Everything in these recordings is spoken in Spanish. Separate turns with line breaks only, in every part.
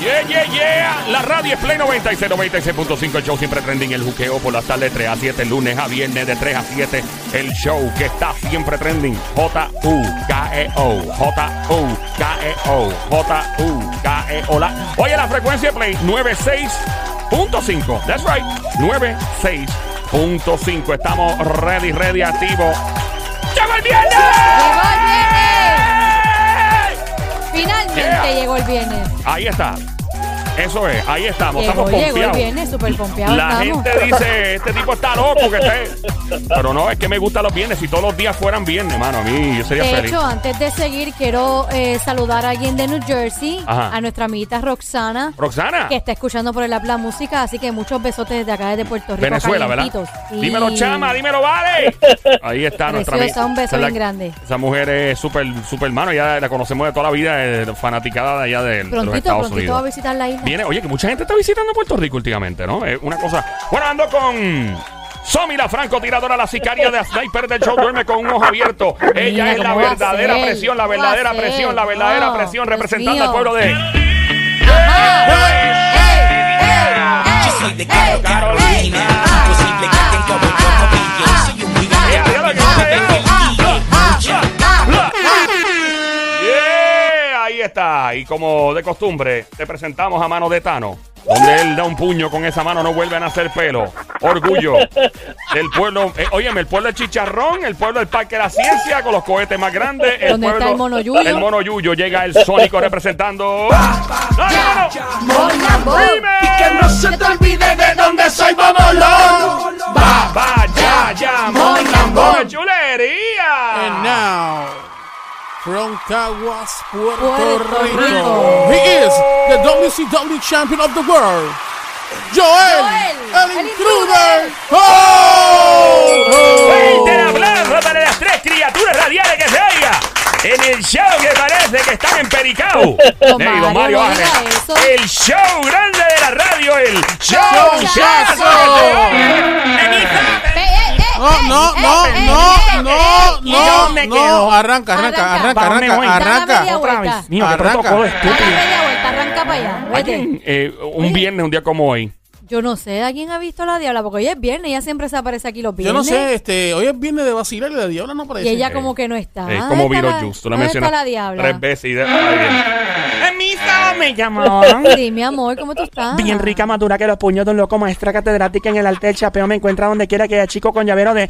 Yeah, yeah, yeah. La radio es Play 96, 96.5. El show siempre trending. El juqueo por las tardes 3 a 7. Lunes a viernes de 3 a 7. El show que está siempre trending. J-U-K-E-O. J-U-K-E-O. J-U-K-E-O. E La- Oye, la frecuencia de Play 96.5. That's right. 96.5. Estamos ready, ready, activo. ¡Llegó el viernes!
Llegó el Finalmente
Yeah.
llegó el viernes.
Ahí está. Eso es. Ahí estamos.
Llegó,
estamos
llegó el
confiados.
viernes, súper confiado
La
estamos.
gente dice, este tipo está loco que esté. Pero no, es que me gustan los viernes. Si todos los días fueran viernes, mano, a mí yo sería
De
feliz.
hecho, antes de seguir, quiero eh, saludar a alguien de New Jersey,
Ajá.
a nuestra amiguita Roxana,
Roxana,
que está escuchando por el app la música, así que muchos besotes desde acá, desde Puerto Rico.
Venezuela, ¿verdad?
calientitos. Sí.
Dímelo, chama, dímelo, vale. Ahí está nuestra
Preciosa,
amiga.
un
Esa
beso
es
bien grande.
Esa mujer es súper, súper mano. Ya la conocemos de toda la vida, eh, fanaticada de allá de, de los
Prontito,
Estados
prontito va a
Unidos.
visitar la isla.
Viene, oye, que mucha gente está visitando Puerto Rico últimamente, ¿no? Es una cosa. Bueno, ando con. Somi, la francotiradora, la sicaria de Sniper del show, duerme con un ojo abierto. Ella
Mira,
es la
¿cómo va a
verdadera
ser?
presión, la
¿Cómo va a
verdadera
ser?
presión, la verdadera
No,
presión,
Dios
representando
mío.
al pueblo de.
Yo soy de Caro Carolina. Yo soy de Caten como el cuerpo brilla. Soy un
Ya, ya lo que no se llama. Yeah, ahí está. Y como de costumbre, te presentamos a mano de Tano. Donde él da un puño con esa mano, no vuelven a hacer pelo. Orgullo del pueblo. eh, óyeme, el pueblo del chicharrón, el pueblo del parque de la ciencia, con los cohetes más grandes. El
¿Dónde está
pueblo-
el mono yuyo?
El mono yuyo. Llega el sónico representando. ¡Ah! ¡Dale, mano! ¡Dime!
Y que no se te olvide de dónde soy, Bomolón. Va, va.
¡Vaya, ya, mona, mona, chulería!
Ah.
And now, from Caguas, Puerto,
Puerto
Rico,
Rico.
he is the WCW champion of the world, Joel,
Joel,
el,
el
intruder.
intruder. Eh,
¡Oh!
¡Veinte aplauso para las tres criaturas radiales que se oiga! En el show que parece que están en Pericao.
Don
Ey, don
Mario, no
Ángel.
diga eso.
El show grande de la radio, el show
Showzazo.
chazo.
Ve, eh, eh,
No,
eh,
no,
eh,
no,
eh, eh,
no, no,
eh, eh,
no,
eh,
no, arranca, arranca,
Arranca.
arranca,
Vamos, me voy.
arranca,
Dame media
arranca.
vuelta.
Mío, qué
Arranca.
protocolo
Dale
estúpido.
media vuelta, arranca para allá. Vete.
Alguien, eh, un viernes, un día como hoy. eh,
Yo no sé a quién ha visto la diabla, porque hoy es viernes, ella siempre se aparece aquí los
Yo
viernes.
no sé, este, hoy es viernes de vacilar y la diabla no
Y
aparece.
ella como que no está.
eh, Es
Ah, ¿Dónde
como
está
Viro
la-
Justo. La
¿Dónde
mencionas
está la diabla?
Tres veces y de. ahí viene.
En misa me llamaban.
Sí, mi amor, ¿cómo tú estás?
Bien rica, más dura que los puños de un loco, maestra catedrática en el arte del chapeo. Me encuentra donde quiera que haya chico con llavero de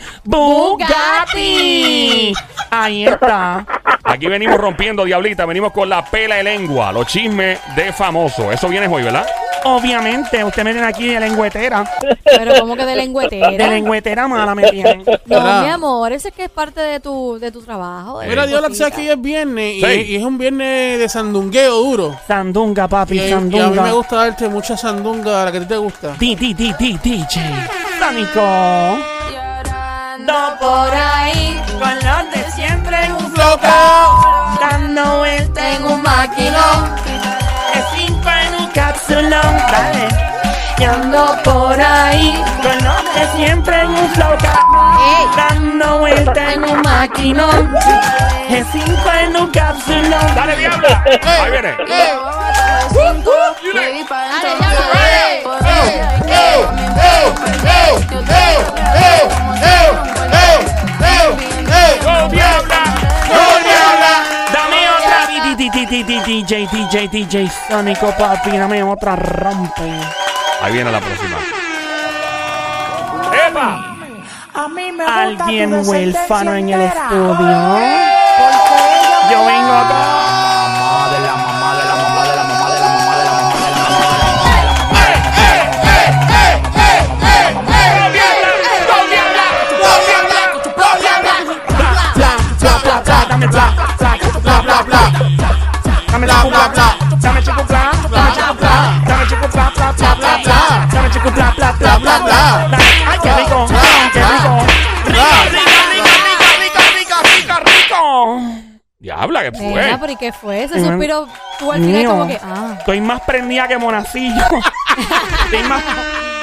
Bugatti. Ahí está.
Aquí venimos rompiendo, diablita. Venimos con la pela de lengua, los chismes de famoso. Eso viene hoy, ¿verdad?
Obviamente, usted me tiene aquí de lengüetera.
Pero como que de lengüetera.
De lengüetera mala me tienen.
No,
¿Verdad?
mi amor, eso es que es parte de tu, de tu trabajo. de
Mira,
tu
diabla, tú sabes
cosita.
que hoy es viernes y,
Sí.
y es un viernes de sandungueo duro.
Sandunga,
Y,
papi,
y a mí me
sandunga.
gusta darte mucha sandunga, la que a ti te gusta.
Di, di, di, di, DJ. Sánico.
Ando por ahí,
Con los de siempre en un Dando vuelta
tengo un maquinón.
en un cápsulón. Dale.
Ando por ahí,
Conoce siempre en un flow
Ey.
Dando vuelta en
tengo un
un
maquinón.
G5 en un cápsulón
¡Dale, diabla! Ahí viene. uh,
Dale, diabla, dale.
¡Go, diabla!
Dame otra di- di- di- di- di- DJ, DJ, DJ Sónico, papi Dame otra rompe
Ahí viene la próxima. ¡Epa!
Alguien huérfano en el estudio Yo vengo con Dame chico bla bla Dame chico bla Dame chico bla Dame chico bla bla bla bla bla Dame chico bla bla bla bla bla Ay, qué rico, qué rico Rico.
¡Diabla, qué
Nena,
fue!
pero ¿y qué fue? Ese
Ay, man.
suspiro, tú al final como que, ah.
Estoy más prendida que monacillo. Estoy más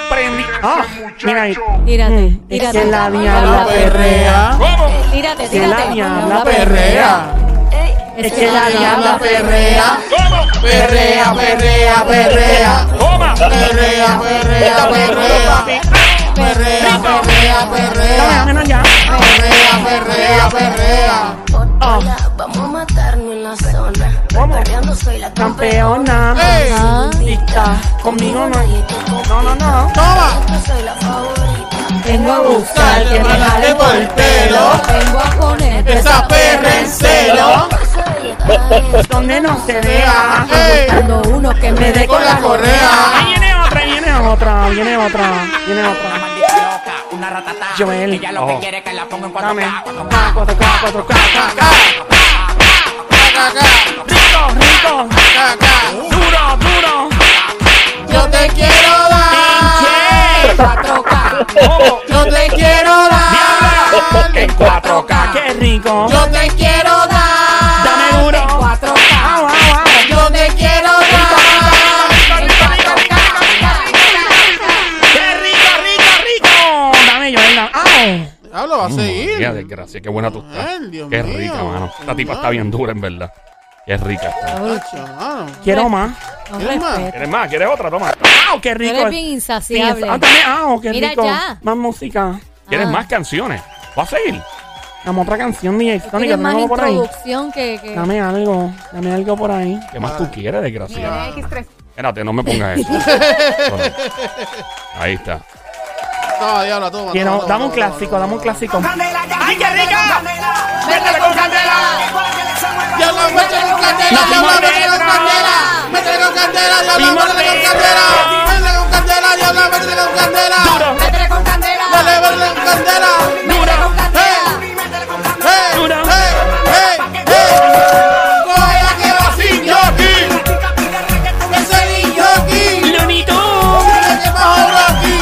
prendida. Ah, mira ahí.
Tírate,
Mm,
tírate.
es que la diabla
La perrea.
¿Cómo?
Tírate,
que la
tírate.
diabla
La
perrea.
Es que la diabla
perrea,
¿Cómo?
perrea, perrea, perrea,
¡Toma!
perrea, perrea, perrea, perrea, perrea, perrea, perrea, perrea, perrea.
Ah.
Hola, vamos a matarnos en la zona. Perreando soy la campeona.
¡Ey!
Ah,
Conmigo no.
nadie te compite.
No, no, no.
¡Toma!
Yo soy la favorita.
vengo a buscar
Salte, manale por el pelo,
Vengo a ponerte
esa perra en celo,
Fuerza de llegar
Donde no se vea.
¡Ey!
buscando uno que me dé
Con la correa,
Ahí viene otra, ahí viene otra, viene otra, viene otra. Joel.
Ella lo que quiere es que la ponga en
Dame.
4K.
Ah, 4K, 4K,
ca,
4K.
ca, ca, ca,
Rico, rico.
ca, ca.
Duro, duro.
Yo te quiero dar, yo te quiero dar,
En 4K.
Qué rico.
yo te quiero dar,
Dame duro. Au, au, au.
yo te quiero dar.
Qué rico, rico, rico. Dame, Joel. dame. Ah, Au.
Diablo,
Mm,
va a seguir.
Mm, Mira, desgracia, qué buena tú estás.
Ay, Dios
qué
mío.
rica, mano. Esta
Ay,
tipa
mano.
está bien dura, en verdad. Qué rica está.
Tacho, mano.
Quiero más.
No
¿Quieres más?
respeto.
¿Quieres más? ¿Quieres otra? Toma.
Au, qué
Tú
rico.
eres bien
Sí, es-
insaciable.
ah, dame, au, qué
Mira
rico.
ya.
Más música.
¿Quieres
Ah.
más canciones? ¿Va a seguir?
Dame otra canción, DJ Sónica.
Tienes más
Dame por ahí.
introducción que... que-
Dame algo. Dame algo por ahí.
¿Qué más tú quieres, desgracia?
Mira, X3.
Espérate, no me pongas eso. Bueno, Ahí está.
No, diablo, toma.
Quiero-
toma, toma,
dame un
toma,
clásico,
toma,
dame un
toma.
clásico.
¡Ay, qué rica! ¡Métele con candela!
Diablo, métele con candela, diablo,
Nos fuimos
métele con
negro.
candela. Métele con candela, diablo,
Fuimos
métele con
negro.
candela. Métele con candela, diablo, métele con candela.
Métele con candela.
Dale, métele con candela.
Métele con candela.
Hey,
Duro.
hey, hey, hey. Coge la que va sin jockey. Ese ni jockey.
¡Lunito!
Dile que bajo Rocky.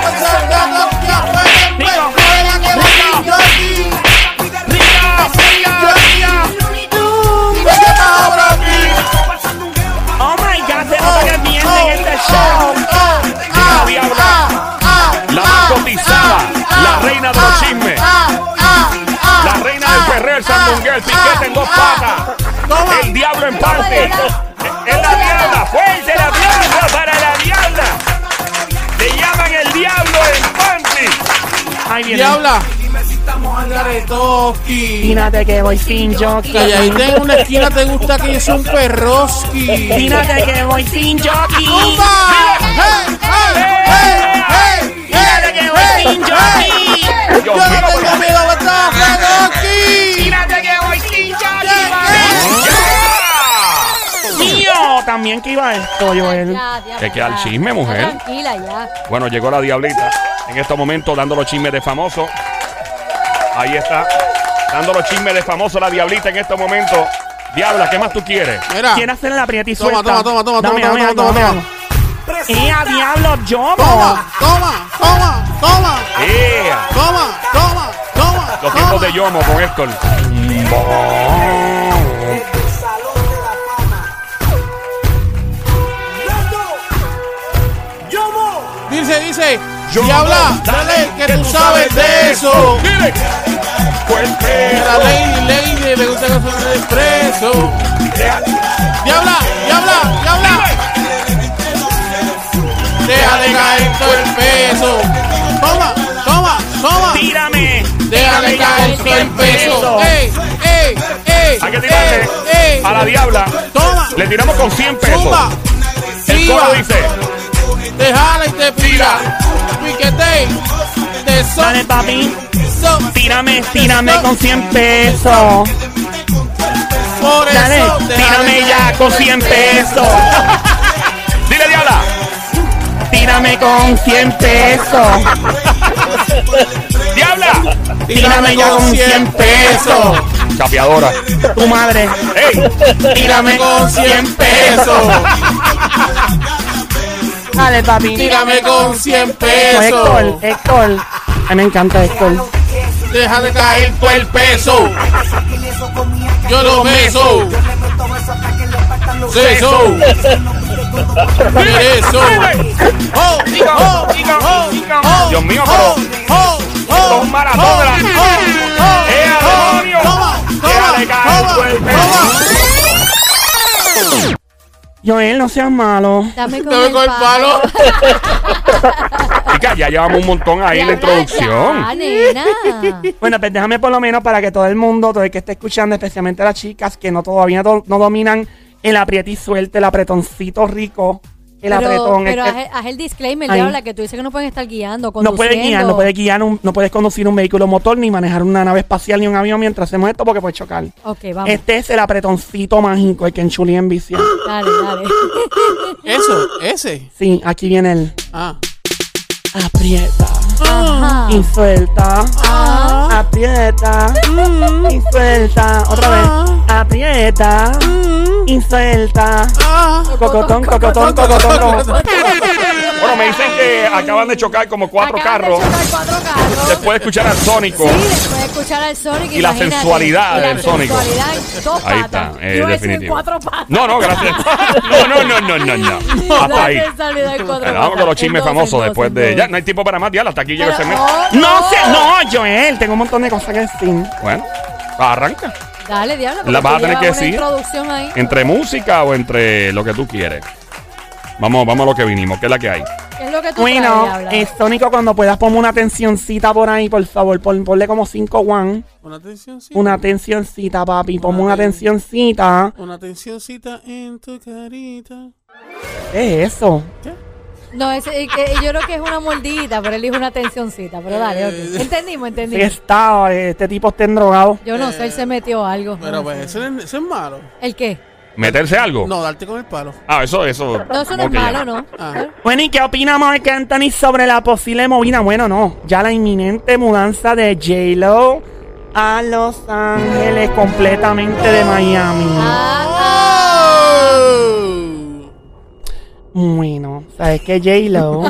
Ese es el gato que afuera, pues.
Rico.
Coge la que va sin jockey. Ese ni jockey. Dile que bajo Rocky.
Oh my god, se nota que miente en este
Oh,
show.
Ah,
La más cotizada, la reina de
ah,
los chismes, la reina del perreo, el
ah,
sandungueo, el piquete en dos patas, el diablo en parte. Es la diabla, fuerte la diabla para la diabla. Le llaman el diablo en panty.
Ahí viene.
Diabla. Garetoski.
Imagínate que voy sin jockey.
Que ahí en una esquina te gusta que yo soy un perroski.
Imagínate que voy sin jockey.
¡Zumba! ¡Hey, hey, hey, hey,
Mírate que voy
hey,
sin jockey.
hey! Yo no tengo miedo a estar Garetoski.
Imagínate que voy sin
Yeah,
jockey. Mío, también que iba esto, Joel.
Ya, diablo,
Te queda el
ya.
chisme,
Ya,
mujer.
Tranquila, ya.
Bueno, llegó la diablita. En estos momentos dando los chismes de famoso. Ahí está. Dando los chismes de famoso la diablita en estos momentos. Diabla, ¿qué más tú quieres?
Mira,
Quiero hacer la aprieta y
Toma, toma,
suelta.
toma, toma,
Dame,
toma,
dame
toma,
algo,
toma,
dame algo. ¡Eh, a diablo, yo!
toma, toma, toma, toma,
¡Ea!
toma, toma, toma,
Eh, Los
toma.
tiempos de Yomo con Héctor.
Dice, dice, diabla, dale que tú sabes de eso.
¡Mire!
Que
¡Fuerte!
la lady, lady, le gusta que suene el expreso. Diabla, diabla, diabla. Déjale caer todo el peso. Toma, toma, toma.
¡Tírame!
Déjale caer todo el peso. Ey, ey, ey.
Hay que
Eh,
tirarle
ey, ey.
a la diabla.
Toma,
Le tiramos con 100
zumba.
pesos. El
Siga.
coro dice.
Déjala y te pira. Piquete. Te so,
Dale, papi.
so,
Tírame, tírame con 100 pesos.
por
Dale,
eso.
tírame ya con 100 pesos.
¡Dile, diabla!
Tírame con 100 pesos.
¡Diabla!
Tírame ya con 100 pesos.
Capeadora.
Tu madre.
¡Ey!
Tírame con 100 pesos. Dale, papi.
Tírame con 100
Héctor,
pesos.
Héctor. A mí me encanta Héctor.
Déjale caer todo el peso. Yo lo beso. Beso. Beso. Oh, oh, oh, oh,
Dios mío,
oh,
pero-
oh, oh,
Son maratonas.
oh, oh, oh.
¡Ea, demonio!
Toma,
¡Ea,
toma,
le cae el cuerpo.
Joel, no seas malo.
Dame con,
Dame con el palo.
Chica, ya llevamos un montón ahí en la introducción.
Ya, Ah, nena.
Bueno, pues déjame por lo menos para que todo el mundo, todo el que esté escuchando, especialmente las chicas que no todavía do- no dominan el apriete y suelte, el apretoncito rico, el
Pero,
apretón.
pero
el-
haz, el- haz el disclaimer,
Ahí.
diabla, que tú dices que no pueden estar guiando,
no
conduciendo.
puedes guiar, no puedes guiar, un- no puedes conducir un vehículo motor, ni manejar una nave espacial, ni un avión mientras hacemos esto porque puedes chocar.
Ok, vamos.
Este es el apretoncito mágico, el que enchulí en vicio.
Dale, dale.
Eso, ese.
Sí, aquí viene el
Ah.
aprieta Ah. y suelta. Ah. Aprieta y suelta. Otra vez. Aprieta y suelta. Mm.
Ah.
Cocotón, cocotón, cocotón, cocotón.
Bueno, me dicen que acaban de chocar como cuatro
Acaban
carros.
de chocar cuatro carros.
Después de escuchar al Sónico.
Sí, después de escuchar al Sonic
Y la
imagínate.
sensualidad
Y la
del Sónico.
sensualidad en dos
Ahí
patas.
está, eh,
Iba a decir
definitivo.
cuatro patas.
No, no, gracias. No, no, no, no, no, no. Hasta
La
ahí.
sensualidad en cuatro
Bueno, vamos con
patas.
los chismes
Entonces,
famosos después
entonces,
de. Ya, no hay tiempo para más, ya, hasta aquí llega el
Pero-
segmento.
No sé, no, Joel, tengo un montón de cosas que decir.
Bueno, arranca.
Dale, diablo.
La
porque
vas a
tú
tener
llevas
que
una
decir.
introducción ahí.
Entre música o entre lo que tú quieres. Vamos, vamos a lo que vinimos, que es la que hay.
¿Qué es lo que tú traes,
Bueno,
diabla?
eh, Sónico, cuando puedas ponme una tensioncita por ahí, por favor, pon- ponle como 5 one.
Una tensioncita.
Una tensioncita, papi, ponme una tensioncita.
Una tensioncita en tu carita.
¿Qué es eso?
No, es, eh, que yo creo que es una mordidita, pero él dijo una tensioncita. Pero dale, ok. Entendimos,
Sí,
entendimos.
está, eh, este tipo está endrogado.
Yo no sé, él se metió algo.
Pero pues, eso es, eso es malo.
¿El qué?
¿Meterse algo?
No, darte con el palo.
Ah, eso, eso.
No, eso no
como
es
que ya.
malo, ¿no?
Ah.
Bueno, ¿y qué opina Mark Anthony sobre la posible movida? Bueno, no, ya la inminente mudanza de J-Lo a Los Ángeles completamente de Miami.
Oh.
Bueno, sabes que J-Lo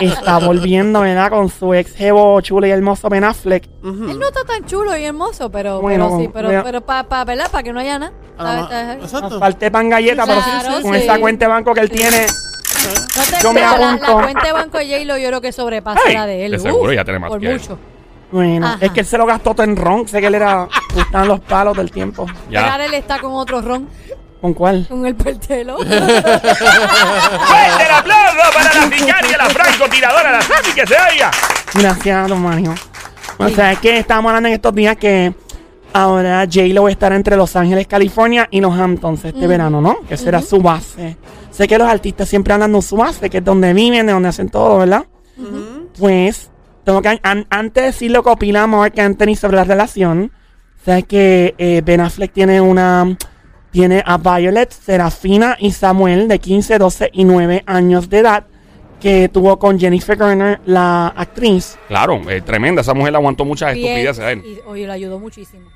está volviendo, ¿verdad? Con su ex jevo chulo y hermoso Ben Affleck.
Él no está tan chulo y hermoso, pero,
Bueno,
pero sí, pero,
vea.
pero para pa, ¿verdad? Para que no haya nada.
A la
Ah,
ma-
¿Sabes?
Exacto.
Falté pan galleta, pero
Claro,
con
sí.
esa cuenta de banco que él tiene.
No te
Yo me
creas, la,
apunto.
la cuenta de banco de J-Lo yo creo que sobrepasa
Ey,
la de él.
de seguro ya tiene más
tenemos Por
que él.
mucho.
Bueno,
Ajá.
es que él se lo gastó todo en ron. Sé que él era. Gustaban los palos del tiempo.
Ya.
Ya.
él está con otro ron,
¿Con cuál?
con el portelo.
¡Fuerte el aplauso para la picaria, la francotiradora, la Sandy que se oiga!
Gracias, don Mario. O sea, es que estábamos hablando en estos días que ahora J-Lo estará entre Los Ángeles, California y los Hamptons este verano, ¿no? Que será su base. Sé que los artistas siempre hablan de su base, que es donde viven, de donde hacen todo, ¿verdad? Pues, tengo que, an- antes de decir lo que opina Mark Anthony sobre la relación, sabes que eh, Ben Affleck tiene una. Tiene a Violet, Serafina y Samuel de 15, 12 y 9 años de edad que tuvo con Jennifer Garner, la actriz.
Claro, eh, tremenda. Esa mujer aguantó muchas estupideces ¿eh? a él.
Y, oye, lo ayudó muchísimo.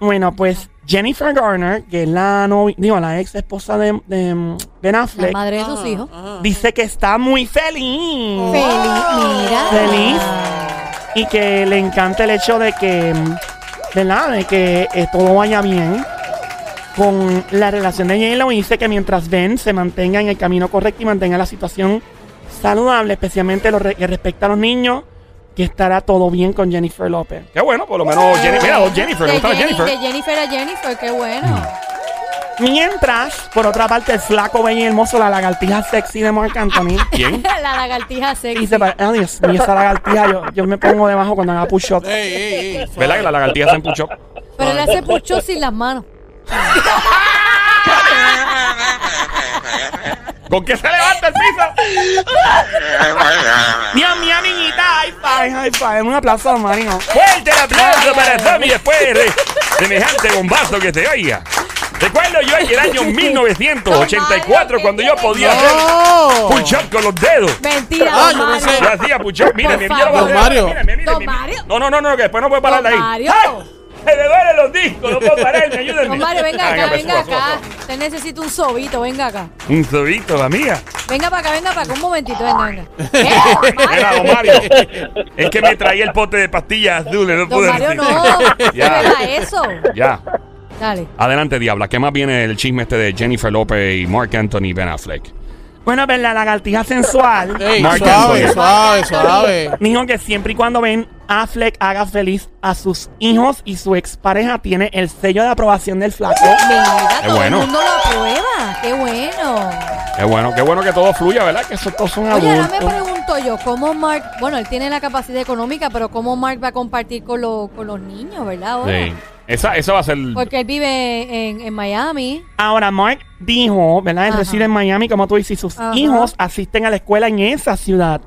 Bueno, pues Jennifer Garner, que es la novi- digo, la ex esposa de, de, mm, Ben
La
Affleck,
madre de sus hijos.
dice que está muy feliz.
Feliz, mira.
Feliz. Y que le encanta el hecho de que, mm, ¿verdad? De que eh, todo vaya bien con la relación de J-Lo. Y dice que mientras Ben se mantenga en el camino correcto y mantenga la situación saludable, especialmente lo re- que respecta a los niños, que estará todo bien con Jennifer López.
Qué bueno, por lo menos Jennifer. Oh, Mira, dos Jennifer, le
de,
gustaba
Jenny-
Jennifer. Mm.
de Jennifer a Jennifer, qué bueno.
Mientras, por otra parte, el flaco, bello y hermoso, la lagartija sexy de Mark Anthony.
¿Quién?
la lagartija
Y
sexy.
se parece. Dios mío, esa lagartija. Yo, yo me pongo debajo cuando haga push-up.
Ey, ey, ey.
¿Verdad que la lagartija se empuchó?
Pero él hace pucho sin las manos.
¿Con qué se levanta el piso?
Dios mío, niñita. High five, high five. Un aplauso, Mario.
¡Fuerte el aplauso para Sammy después de semejante bombazo que se oiga! Recuerdo yo en el año 1984 cuando yo podía hacer
Oh.
push-up con los dedos.
Mentira,
Ah,
don
yo
Mario.
pensé-
Yo hacía push-up. Mire,
Por
mire, yo lo voy a
favor.
hacer.
Mario.
Mire, mire, mire,
Don
mire.
Mario.
No, no, no, no, que después no puedo parar de ahí.
Don Mario.
¡Ay! Se me duelen los discos, no puedo pararme, ayúdenme.
Don Mario, venga
Venga,
acá,
pues,
venga
suba, suba,
acá.
suba.
Te necesito un sobito, venga acá.
Un sobito, la mía.
Venga para acá, venga para acá. Un momentito, venga, venga. ¿Qué?
Era don Mario. Es que me traía el pote de pastillas azules, no
Don
pude
Mario, no. eh.
resistir. Ya.
Venga eso.
Ya.
Dale.
Adelante, Diabla. ¿Qué más viene el chisme este de Jennifer López y Mark Anthony y Ben Affleck?
Bueno, pues la lagartija sensual
Ey,
Mark
suave,
Anthony.
suave, suave.
dijo que siempre y cuando Ben Affleck haga feliz a sus hijos y su expareja tiene el sello de aprobación del flaco.
Mira,
Qué
todo
bueno.
el mundo lo aprueba. Qué bueno.
Qué bueno, qué bueno que todo fluya, ¿verdad?
Que esos todos son
Oye, ahora me
adultos.
pregunto yo, ¿cómo Mark, bueno, él tiene la capacidad económica, pero cómo Mark va a compartir con, lo- con los niños, ¿verdad? Ahora?
Sí. Esa, esa va a ser.
Porque él vive en, en Miami.
Ahora, Mark dijo, ¿verdad? Él
Ajá.
reside en Miami, como tú dices, y sus
Ajá.
hijos asisten a la escuela en esa ciudad.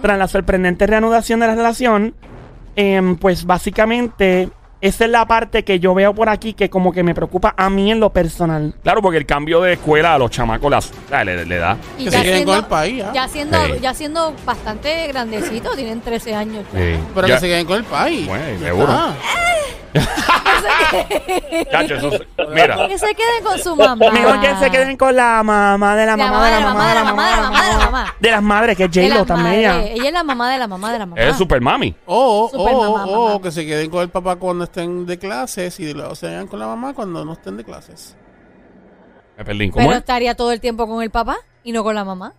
Tras la sorprendente reanudación de la relación, em, pues básicamente esa es la parte que yo veo por aquí que como que me preocupa a mí en lo personal.
Claro, porque el cambio de escuela a los chamacos las- ah, le, le da.
Y
Que se queden con el país, ¿ah?
ya siendo,
Sí.
ya siendo bastante grandecito, tienen 13 años. ya.
Pero
Ya-
que se queden con el país.
Bueno,
Ya
seguro.
está.
Chacho, eso se- mira,
Que se queden con su mamá.
Mejor que se queden con la mamá de
La
la, mamá de la mamá de la mamá
de la mamá de la mamá.
de las madres, que es
De
J-Lo
las
también. ella.
madres. Ella es la mamá de la mamá de la mamá.
es super mami.
O, o,
Supermamá,
o,
mamá.
que se queden con el papá cuando estén de clases y luego se vayan con la mamá cuando no estén de clases.
Me perdí. ¿Cómo
Pero
es?
estaría todo el tiempo con el papá y no con la mamá.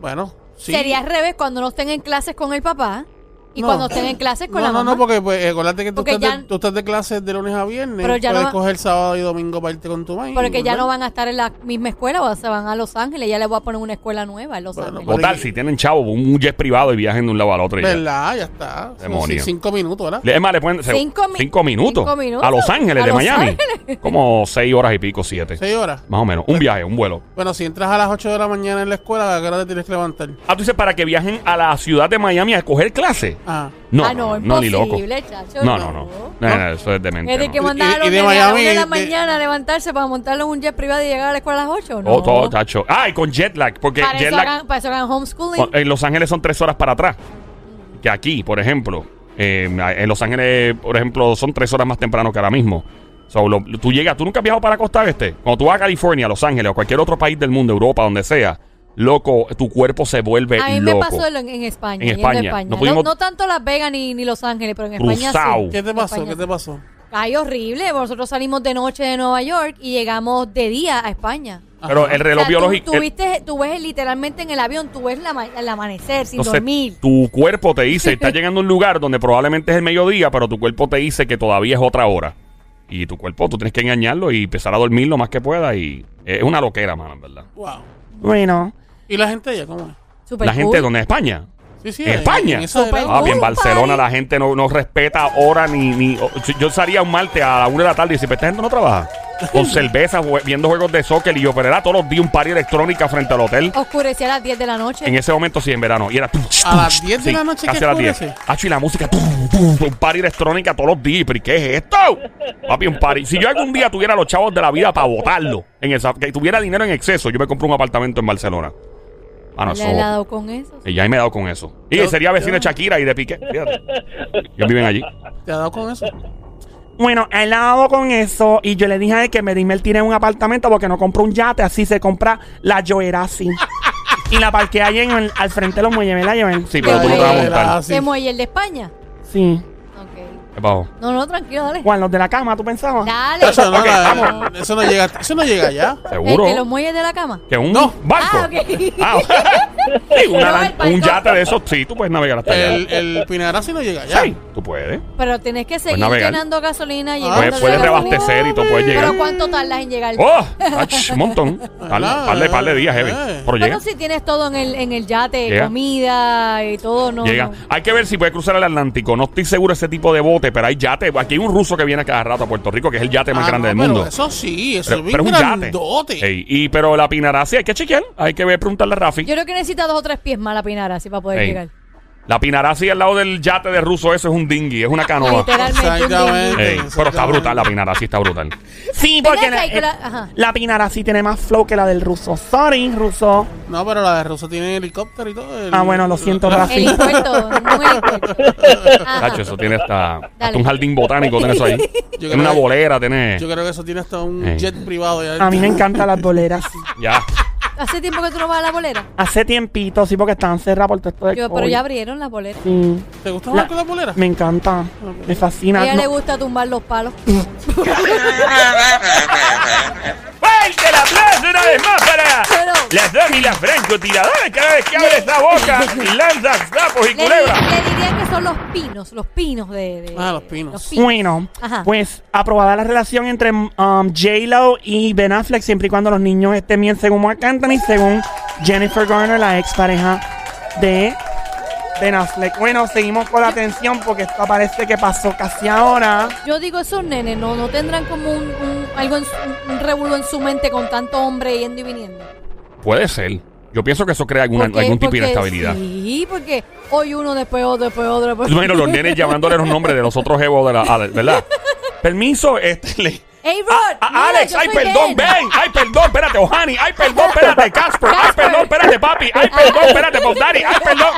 Bueno, sí.
Sería al revés cuando no estén en clases con el papá y
No.
cuando estén en clases
no,
con la
no,
mamá.
no, porque pues, acuérdate que tú,
Porque
estás
ya-
de, tú estás de clases de lunes a viernes.
Pero ya
puedes
no va-
coger sábado y domingo para irte con tu mamá. y
Porque ya
volver.
no van a estar en la misma escuela, o se van a Los Ángeles, ya le voy a poner una escuela nueva en Los
Bueno,
Ángeles.
Total, si tienen chavo, un jet privado y viajen de un lado al otro. y Pues ya.
¿Verdad? Ya está. Son
Demonio.
c- cinco minutos, ¿verdad?
Le- Es más, le pueden. se-
Cinco mi-
minutos.
cinco minutos.
A Los Ángeles,
A
de
Los
Miami.
Ángeles.
Como seis horas y pico, siete.
Seis horas.
Más o menos. Un viaje, un vuelo.
Bueno, si entras a las 8 de la mañana en la escuela, ¿a qué hora te tienes que levantar?
Ah, tú dices para que viajen a la ciudad de Miami a coger clase.
Ah.
No,
Ah,
no,
no,
no, ni loco.
imposible, chacho,
No, no, no.
no.
No, no, Eso es demente.
¿Es de
no.
que
no.
mandar a
Y-
los
y de
nenes a la una
Miami,
de la
de-
mañana a levantarse para montarlos en un jet privado y llegar a la escuela a las 8? No.
Oh, todo, tacho. Ah, y con jet lag, porque
para,
jet
eso
lag
hagan, para eso hagan homeschooling.
o- en Los Ángeles son tres horas para atrás. Que aquí, por ejemplo, eh, en Los Ángeles, por ejemplo, son tres horas más temprano que ahora mismo. So, lo- tú llegas, tú nunca has viajado para la costa este. Cuando tú vas a California, Los Ángeles o cualquier otro país del mundo, Europa, donde sea, loco, tu cuerpo se vuelve
a mí
eh, loco.
me pasó en, en España.
En
yendo a
España. No
No,
pudimos-
no tanto Las Vegas ni, ni Los Ángeles, pero en España
Cruzao.
sí.
¿Qué te
En
pasó?
España
¿Qué
sí.
te pasó?
Ay, horrible. Nosotros salimos de noche de Nueva York y llegamos de día a España.
Pero el reloj
O sea, tú-
biológico. eh.
Tú, viste- tú ves literalmente en el avión, tú ves la ma- el amanecer sin
Entonces,
dormir.
tu cuerpo te dice, estás llegando a un lugar donde probablemente es el mediodía, pero tu cuerpo te dice que todavía es otra hora. Y tu cuerpo, tú tienes que engañarlo y empezar a dormir lo más que pueda. Y es una loquera, mano, en verdad.
Wow.
Bueno,
¿Y la gente allá cómo es?
Super
la gente
cool.
donde España.
Sí, sí.
¿En España?
esa
Súper
era-
Ah,
cool.
bien, en
un
Barcelona
party.
la gente no, no respeta hora ni, ni- o- si- Yo salía un martes a la una de la tarde y decía, "Pero esta gente no trabaja. Con cerveza, jue- viendo juegos de soccer y yo, pero era todos los días un party electrónica frente al hotel.
Oscurecía a las 10 de la noche.
En ese momento sí, en verano. Y era.
A las 10 de la noche
Casi
que
a las 10.
oscurece.
Hacho, y la música. tum, tum, un party electrónica todos los días. ¿Pero ¿y qué es esto? Papi, un party. Si yo algún día tuviera los chavos de la vida para botarlo, en esa, que tuviera dinero en exceso, yo me compro un apartamento en Barcelona. Mano,
Le he
eso.
dado con eso.
Y ya me he dado con eso. Y
Yo-
sería vecino de
yo-
Shakira y de Piqué. Fíjate. Ellos viven allí.
¿Te ha dado con eso?
bueno, él la hago con eso y yo le dije a él que me dime él tiene un apartamento porque no compró un yate, así se compra la Joera así. y la parqué ahí en el- al frente de los muelles, ¿verdad, Joel?
pues.
Sí, pero tú no te vas a montar.
Era-
Se muelle el de España.
Sí.
Ok.
¿Qué pasó?
No, no, tranquilo, dale.
¿Cuál, los de la cama, tú pensabas?
Dale.
Eso no,
Ok,
la-
vamos.
eso no llega, eso no llega allá.
¿El de los
Seguro.
muelles de la cama?
Que un
No.
barco.
Ah, ok.
Ah, sí, una
No,
lan-
el barco.
un yate de esos, sí, tú puedes navegar hasta allá.
El, el Pinarasi no llega allá.
Sí, tú puedes.
Pero tienes que seguir
Pues navegar.
llenando gasolina. llenando
Puedes, puedes reabastecer y todo, puedes llegar.
Pero ¿cuánto tardas en llegar?
¡Oh! ach, un montón. Par,
Ah,
par de, par de días, heavy.
eh.
Pero llega.
Bueno, si tienes todo en el, en el yate,
Llega.
comida y todo, no.
llega.
no.
Hay que ver si puede cruzar el Atlántico. No estoy seguro de ese tipo de bote, pero hay yate. Aquí hay un ruso que viene a cada rato a Puerto Rico, que es el yate más
Ah, no,
grande del
pero
mundo.
Eso sí, eso
Pero,
es bien
pero es un
grandote.
yate. Ey, y, pero la Pinarasi hay que chequear. Hay que ver, preguntarle a Rafi.
Yo creo que necesitas dos o tres pies más la pinara así para poder
Ey.
llegar.
La Pinarasi al lado del yate de ruso, eso es un dinghy, es una canoa.
Literalmente. un día.
Exactamente.
Ey, pero está brutal, la Pinarasi está brutal.
Sí,
Ven
porque
acá,
la,
y con la-
eh,
ajá.
la Pinara sí tiene más flow que la del ruso. Sorry, ruso.
No, pero la de ruso tiene helicóptero y todo. el-
Ah, bueno, lo siento, Rafi.
El impuesto, un helicóptero. Ajá.
Tacho, eso tiene hasta, hasta
Ah. Dale.
un jardín botánico, tiene eso ahí. Tiene
creo
una
que-
bolera, tiene.
Yo creo que eso tiene hasta un
Ey.
jet privado. Ya
A mí me encantan las boleras. sí.
Ya.
¿Hace tiempo que tú no vas a la bolera?
Hace tiempito, sí, porque estaban cerradas por todo esto de
Yo, pero
COVID.
ya abrieron las boleras.
Sí.
¿Te gusta
La-
jugar con la polera?
Me encanta. Me
A
fascina.
ella
No-
le gusta tumbar los palos.
Mm. ¡Fuerte el aplauso una vez más para
Pero,
Las damas y las francotiradoras cada vez que abre esa boca lanzan sapos y
Le, di-
culebras.
le diría que son los pinos, los pinos de. de-
Ah, los pinos.
Bueno,
Ajá.
pues aprobada la relación entre um, J-Lo y Ben Affleck siempre y cuando los niños estén bien según Mark Anthony, según Jennifer Garner, la expareja de Ben Affleck. Bueno, seguimos con la atención porque esto parece que pasó casi ahora.
Yo digo, esos nenes no, no tendrán como un, un- algo en su- un revuelo en su mente con tanto hombre yendo y viniendo.
Puede ser. Yo pienso que eso crea alguna-
Porque-
algún tipo de
porque
inestabilidad.
Sí, porque hoy uno, después otro, después otro. Después...
Bueno, los nenes llamándole los nombres de los otros evos de la Ale, ¿verdad? Permiso, este le-
Ey, Rod,
A- a-
mira,
Alex,
yo
ay,
soy
perdón,
Ben.
Ben. Ay, perdón, espérate, Ohani. Ay, perdón, espérate, Casper. Ay,
Casper.
perdón, espérate, papi. Ay, perdón, espérate, Bob Daddy. Ay, perdón.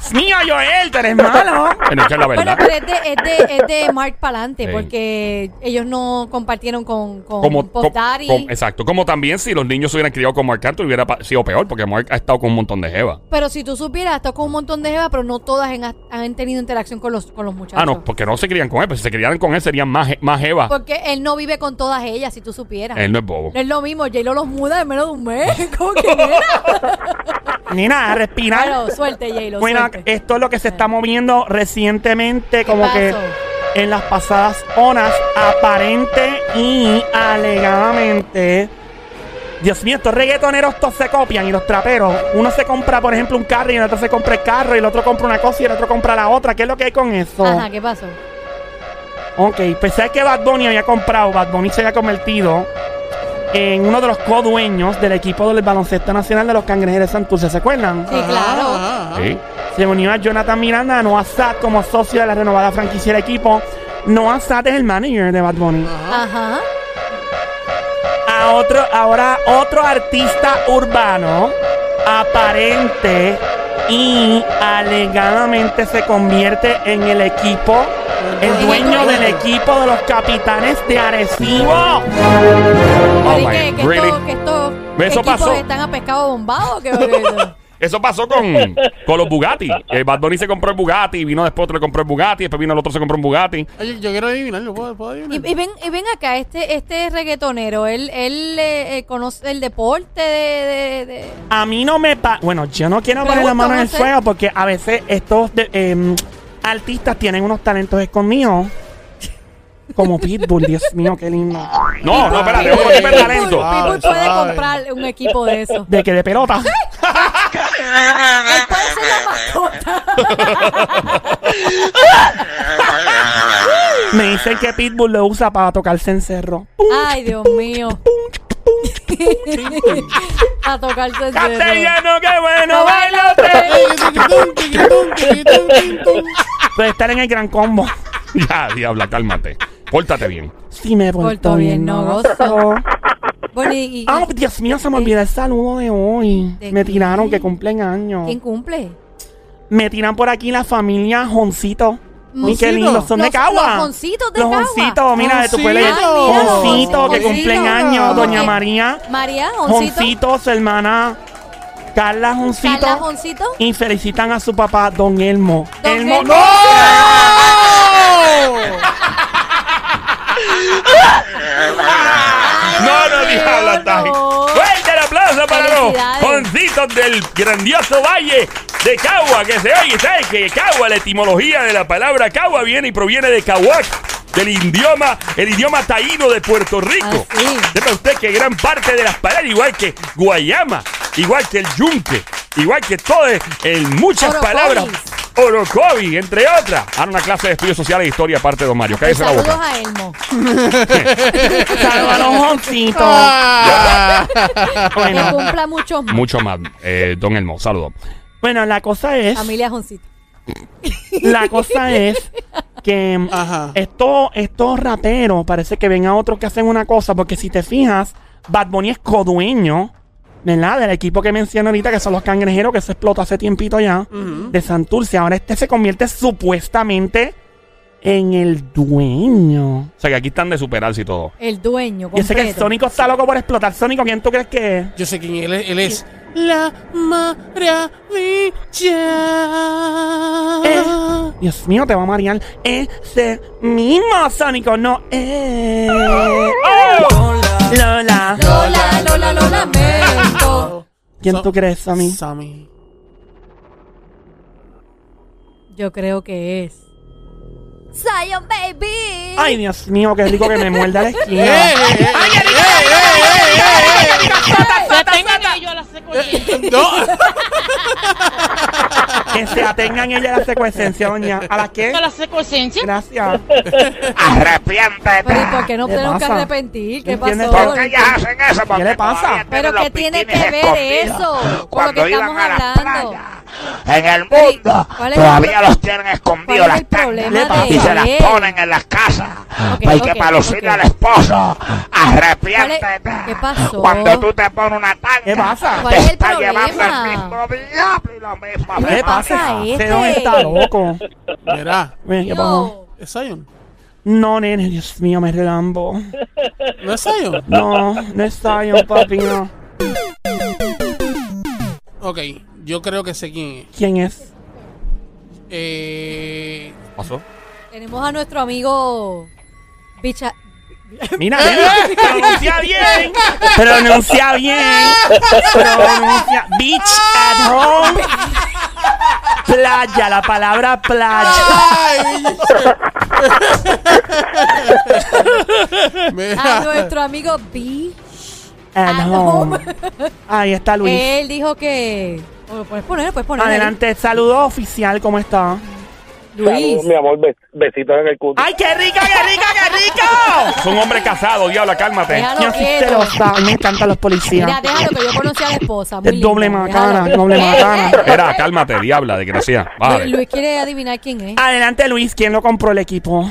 Es mío, Joel, tú eres malo.
Bueno, esa es la
Bueno,
verdad.
pero es de, es de, es de Mark Palante,
Sí.
porque ellos no compartieron con, con
Como,
Puff
com-
Daddy.
com- exacto. Como también si los niños se hubieran criado con Mark Anthony hubiera pa- sido peor, porque Mark ha estado con un montón de jeva.
pero si tú supieras, estado con un montón de jevas, pero no todas en- han tenido interacción con los, con los muchachos.
Ah, no, porque no se crían con él, pero si se criaran con él serían más, je- más jeva.
Porque él no vive con todas ellas, si tú supieras.
Él no es bobo.
No es lo mismo, J-Lo los muda en menos de un mes. ¿Cómo que era?
Nina, respira.
Claro, suerte, J-Lo.
Bueno,
suerte.
esto es lo que se está moviendo recientemente, como
pasó?
que en las pasadas horas, aparente y alegadamente. Dios mío, estos reggaetoneros todos se copian y los traperos. Uno se compra, por ejemplo, un carro y el otro se compra el carro y el otro compra una cosa y el otro compra la otra. ¿Qué es lo que hay con eso?
Ajá, ¿qué pasó?
Ok, pensé que Bad Bunny había comprado, Bad Bunny se había convertido en uno de los co-dueños del equipo del baloncesto nacional de los cangrejeros de Santurce, ¿se acuerdan?
Sí, claro.
Ah, ah, ah.
Sí.
Se unió a Jonathan Miranda, a Noah Sad como socio de la renovada franquicia del equipo. Noah Sad es el manager de Bad Bunny.
Ajá.
A otro, ahora otro artista urbano, aparente y alegadamente se convierte en el equipo, el dueño del equipo de los capitanes de Arecibo. Oh
Pero ¿y
Oh my,
qué? ¿Que
really?
esto- que estos
Eso
equipos
pasó.
están a pescado bombado? ¿Qué eso?
Eso pasó con, con los Bugatti. El Bad Bunny se compró el Bugatti, vino después otro le compró el Bugatti, después vino el otro se compró un Bugatti.
Oye, yo quiero adivinar, yo puedo, puedo adivinar.
Y, y ven, y ven acá, este, este reggaetonero, él, él eh, eh, conoce el deporte de... de- de-
A mí no me pa Bueno, yo no quiero poner
Pregunto,
la mano en el
no sé.
fuego porque a veces estos de- em, artistas tienen unos talentos escondidos. Como Pitbull, Dios mío, qué lindo.
No, no, espérate, otro tipo
Pitbull,
de
Pitbull,
talento.
Pitbull.
Pitbull
Suave,
puede
suave.
comprar un equipo de eso.
De que de pelota.
Él puede ser la mascota.
Me dicen que Pitbull lo usa para tocarse en cerro.
Ay, Dios mío. a tocarse el dedo.
Castellano, qué bueno, baila.
Bailote.
Tiquitum, tiquitum, tiquitum, tiquitum.
Puede estar en el gran combo.
Ya, diabla, cálmate. Pórtate bien.
Si me he vuelto
Porto
bien,
bien,
no
no
gozo.
Bueno, y, y-
Ah, Dios mío, se me olvidó el saludo de hoy.
¿De
Me tiraron
qué?
que cumplen años.
¿quién cumple?
Me tiran por aquí la familia Joncito. Y
Joncito.
qué lindo, son de
Los-
Cagua.
los Joncitos de
Los
Cagua.
Joncitos, mira, de tu
Joncito.
pueblo.
Ay, mira, los
Joncito, que
Joncitos.
cumplen años, doña
Ok.
María.
María, Joncito.
Joncito, su hermana Carla Joncito.
Carla Joncito.
Y felicitan a su papá, don Elmo.
Don
Elmo,
Elmo.
¡no!
No, no, diabla, está ahí.
no.
Fuerte el aplauso para los
Felicidades.
joncitos del grandioso valle de Cagua, que se oye, ¿sabes? Que Cagua, la etimología de la palabra Cagua viene y proviene de Cahuac. Del idioma, el idioma taíno de Puerto Rico.
Ah, sí.
Sepa usted que gran parte de las palabras, igual que Guayama, igual que el yunque, igual que todo, eh, en muchas
Orocovis.
palabras, Orocovi, entre otras. Ahora una clase de estudios sociales e historia, aparte de Don Mario. Cállese la
Saludos
boca.
a Elmo.
Saludos a los Joncitos.
Ah.
Que
Bueno,
cumpla muchos más.
Mucho más, eh, Don Elmo. Saludos.
bueno, la cosa es.
Familia Joncito.
La cosa es que mm,
Ajá.
esto- estos raperos parece que ven a otros que hacen una cosa, porque si te fijas, Bad Bunny es codueño, ¿verdad? Del equipo que menciono ahorita, que son los cangrejeros, que se explotó hace tiempito ya, de Santurce. Ahora este se convierte supuestamente en el dueño.
O sea, que aquí están de superarse y todo.
El dueño.
Yo sé que el
completo.
Sónico está loco por explotar. Sónico, ¿quién tú crees que es?
Yo sé quién él es. Él es la maravilla.
Eh, Dios mío, te va a marear. Ese mismo Sónico, no eh. Lola.
Lola, Lola, lo lamento.
¿Quién
So-
tú crees, Sammy?
Sammy.
Yo creo que es. Zion Baby.
Ay, Dios mío, qué rico que me muerda la esquina.
La tengo que yo la sé con ella.
No.
Que se atengan ella a la secuencia, doña. ¿A la qué?
Yo la sé con esencia.
Gracias.
Pero ¿y por qué nos
¿Qué
tenemos que
pasa?
arrepentir? ¿Qué
¿No entiendes?
pasó?
¿Por
ellas hacen eso porque
le pasa?
todavía tienen
Pero
los
¿qué tiene
piquines
que ver
escondidos.
eso con lo
Cuando
que
iban
estamos
a las
hablando?
playas, En el mundo
¿cuál es el
todavía
pro-
los tienen escondidos
cuál es
las
el problema
tangas,
de
y se las
él?
ponen en las casas
Ok,
para
ok,
que para lucir
ok.
al esposo arrepiéntete
¿Cuál es- qué pasó?
cuando tú te pones una tanga
¿Qué pasa?
¿Cuál
te
es el
está llevando
problema?
el mismo diablo y la misma
¿Qué le
misma
pasa?
pasa
Ese
este?
don está loco.
Mira,
Mira, ¿qué
Yo.
pasó?
¿es Zion?
No, nene, Dios mío, me relambo.
¿No es Zion?
No, no es Zion, papi, no.
Ok, yo creo que sé quién es.
¿Quién es?
Eh,
¿Pasó?
Tenemos a nuestro amigo Bicha.
Mira, nene, pronuncia bien. Pronuncia bien. Pronuncia. Beach at home. Playa, la palabra playa.
¡Ay!
A
Mira,
nuestro amigo B.
At home. Ahí está Luis.
Él dijo que. o lo puedes poner, lo puedes poner.
Adelante, saludo oficial, ¿cómo está?
Luis.
mi amor, be- besitos en el culo.
¡Ay, qué rica, qué rica, qué rico!
Es un hombre casado, diabla, cálmate.
Déjalo
Yo soy
quieto.
celosa, a mí me encantan los
Mira,
policías.
déjalo que yo conocí a la esposa. muy
Es doble
linda,
macana,
déjalo.
doble
Eh,
macana.
eh, eh.
Era, cálmate, diabla, desgracia.
Lu-
Vale.
Luis quiere adivinar quién
Ah,
es.
Adelante, Luis, ¿quién lo compró el equipo?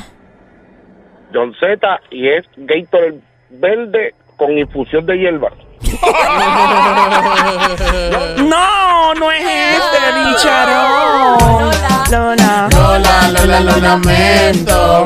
John Z y es Gator verde con infusión de hierba.
¡No! ¡No es este, bicharón!
Lola.
Lola.
Lola, Lola, lo lamento.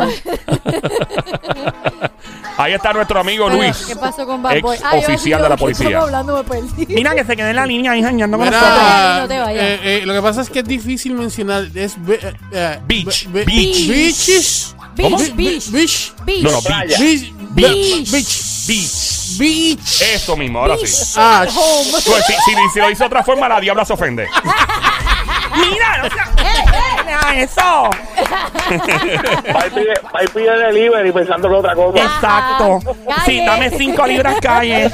Ahí está nuestro amigo
Pero,
Luis.
¿Qué pasó con Bad
ex
Boy? Ay, Dios
oficial de
mío,
la
¿qué estamos
policía.
hablando? Me perdí.
Mira que se quede en la línea ahí jañando con
Mira,
nosotros.
no te vayas.
eh, eh, lo que pasa es que es difícil mencionar. Es. be- eh, eh,
Beach,
be- be-
beach.
Beaches.
¿Cómo?
Be-
Beach.
be- Beach.
Beach.
No, no, Beach.
Beach.
Beach.
Beach.
Beach.
Beach.
Eh.
Eso mismo, ahora sí.
Ah,
Pues, si, si- si lo dice de otra forma, la diabla se ofende.
Mira, o sea, mira eso.
Ahí pide, ahí pide delivery pensando en otra cosa.
Exacto.
Calle.
Sí, dame cinco libras calle.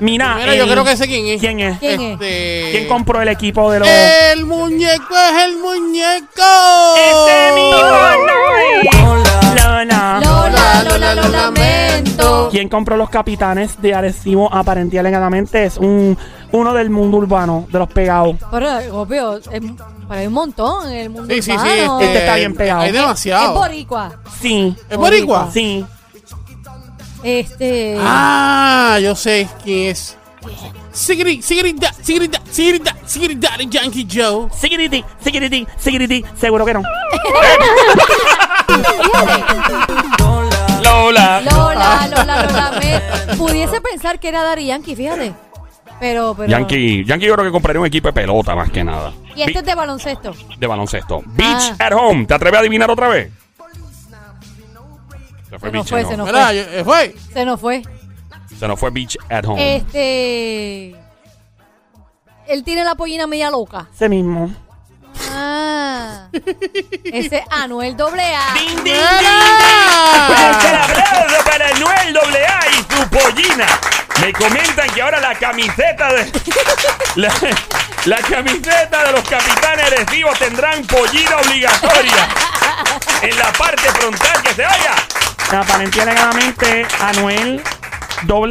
Mira,
Mira, yo
eh,
creo que sé quién es.
¿quién es?
¿Quién es?
Este-
¿Quién compró el equipo de los?
El muñeco es el muñeco.
¡Este mismo no es! Lola.
Lola, Lola, lo lamento.
¿Quién compró los capitanes de Arecibo aparentemente alegadamente? Es un, uno del mundo urbano, de los pegados.
Pero, obvio, es- pero hay un montón en el mundo
Sí, sí, sí.
urbano.
este,
Este está bien pegado.
Hay
Es
demasiado.
boricua.
Sí.
¿Es boricua?
Sí.
Este...
Ah, yo sé quién es. Sigrid, Sigrid, Da- Sigrid, Da- Sigrid, Da- Sigrid Daddy Yankee Joe.
Security, security, security. Seguro que no.
Lola.
Lola, Lola, lo lamento. Pudiese pensar que era Dari Yankee, fíjate. Pero, pero...
Yankee, Yankee yo creo que compraría un equipo de pelota más que nada.
Y este es
Bi-
de baloncesto.
de baloncesto. Beach
Ah.
at home. ¿Te atreves a adivinar otra vez? Se
Se
fue,
nos
beach,
fue,
no.
se nos
¿Verdad?
fue.
Yo- eh, fue.
Se nos fue.
Se nos fue Beach at
Eh,
home.
Este... Él tiene la pollina media loca.
Ese mismo.
Ah. Ese es Anuel AA.
¡Ding, ding, ding,
¡Mira!
Fuerte el aplauso para Noel AA y su pollina. Me comentan que ahora la camiseta de. La, la camiseta de los capitanes agresivos tendrán pollina obligatoria. En la parte frontal que se vaya.
Aparentemente alegadamente, Anuel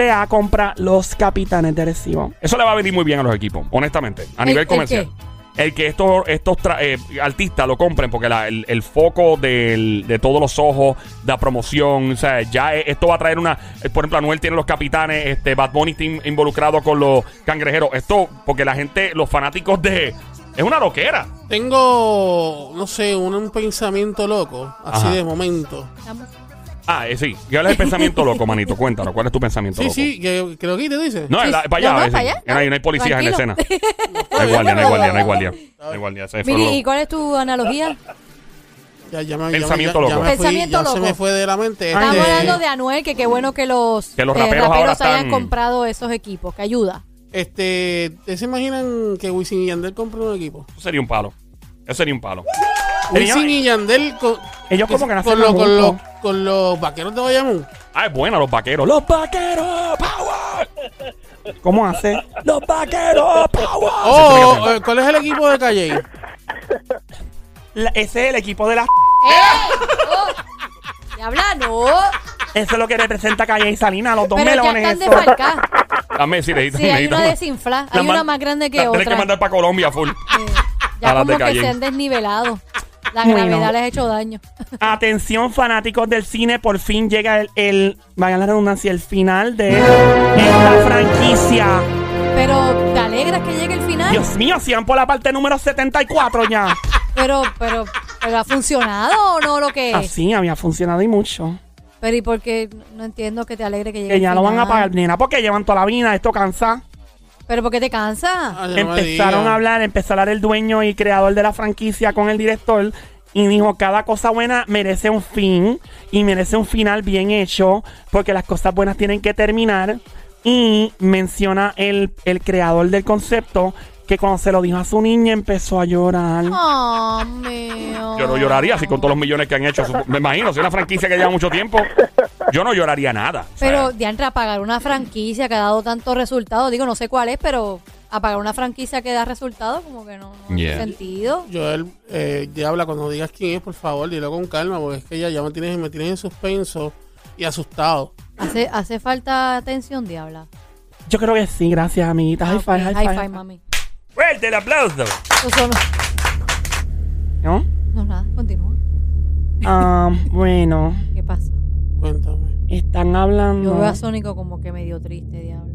AA compra los capitanes de Arecibo.
Eso le va a venir muy bien a los equipos, honestamente, a nivel
¿El- el
comercial. El que estos, estos tra- eh, artistas lo compren, porque la- el, el foco del- de todos los ojos, la promoción, o sea, ya e- esto va a traer una. eh, Por ejemplo, Anuel tiene los capitanes, este Bad Bunny team involucrado con los cangrejeros. Esto, porque la gente, los fanáticos de. Es una loquera.
Tengo, no sé, un, un pensamiento loco, así
Ajá.
de momento.
Ah, eh, sí. ¿Cuál es el pensamiento loco, manito? Cuéntanos, ¿cuál es tu pensamiento
Sí,
loco?
sí, que, que lo quite, dice.
No, es la- para allá.
No, no,
a ver,
para
sí.
allá,
No hay, no hay policías en la
tranquilo.
escena. No hay guardia, no hay guardia, no hay guardia. No hay guardia. se fueron
Miri,
los-
¿y cuál es tu analogía?
Ya, ya me, ya me-
Pensamiento
ya- ya
loco.
me fui,
Pensamiento
ya se
loco.
me fue de la mente.
Estamos
Este,
hablando de Anuel, que qué bueno que los,
eh, Que los
eh,
raperos ahora
hayan
están-
comprado esos equipos, que ayuda.
Este, ¿ustedes se imaginan que Wisin y Yandel compran un equipo?
Eso sería un palo. Eso sería un palo.
Wisin y Yandel con,
Ellos como que nacen
con, lo-
más
con,
juntos.
lo- con los vaqueros de Bayamón.
Ah, es buena, los vaqueros. Los vaqueros, power.
¿Cómo hace?
Los vaqueros, power.
Ah,
Oh, eh, ¿cuál es el equipo de Calle?
La- ese es el equipo de la...
¡Eh!
¡Eh! Oh, ¡Ya habla, no!
Eso es lo que representa Calle y Salina, los dos
Pero ya
melones.
están
eso.
desfalcadas.
Dame si necesitas
Sí, hay
necesitas
una desinfla. Hay
La
una
man-
más grande que
la Tienes que
otra. Ah.
mandar para Colombia full.
Ya
a las
como
de
que
Calle.
se han desnivelado. La
Bueno.
gravedad les ha hecho daño.
Atención fanáticos del cine, por fin llega el, el vaya la redundancia, el final de esta franquicia.
Pero te alegras que llegue el final.
Dios mío, si van por la parte número 74 ya.
Pero, pero, pero ¿ha funcionado o no lo que es?
Así había funcionado y mucho.
Pero ¿y por qué no entiendo que te alegre que llegue
Que ya
el
lo van a
final?
pagar, nena, porque llevan toda la vida, esto cansa.
¿Pero por qué te cansa?
Ah, ya no me
Empezaron
digas.
a hablar, empezó a hablar el dueño y creador de la franquicia con el director y dijo, cada cosa buena merece un fin y merece un final bien hecho porque las cosas buenas tienen que terminar y menciona el, el creador del concepto que cuando se lo dijo a su niña empezó a llorar.
Oh, mío.
Yo no lloraría así con todos los millones que han hecho. Supo- Me imagino, si es una franquicia que lleva mucho tiempo, yo no lloraría nada. O sea,
Pero diantre, apagar una franquicia que ha dado tantos resultados, digo, no sé cuál es, pero apagar una franquicia que da resultados, como que no, no tiene
Yeah.
sentido.
Joel, eh, habla cuando digas quién es, por favor, dilo con calma, porque es que ya, ya me, tienes, me tienes en suspenso y asustado.
Hace, hace falta atención, diabla.
Yo creo que sí, gracias amiguitas. High five,
Ok,
high
high
five.
five, mami.
¡Fuerte el aplauso!
Eso no,
¿No?
no, nada, continúa.
Ah, bueno,
¿Qué pasa?
Cuéntame.
están
Yo veo
hablando.
a Sónico como que medio triste, diabla.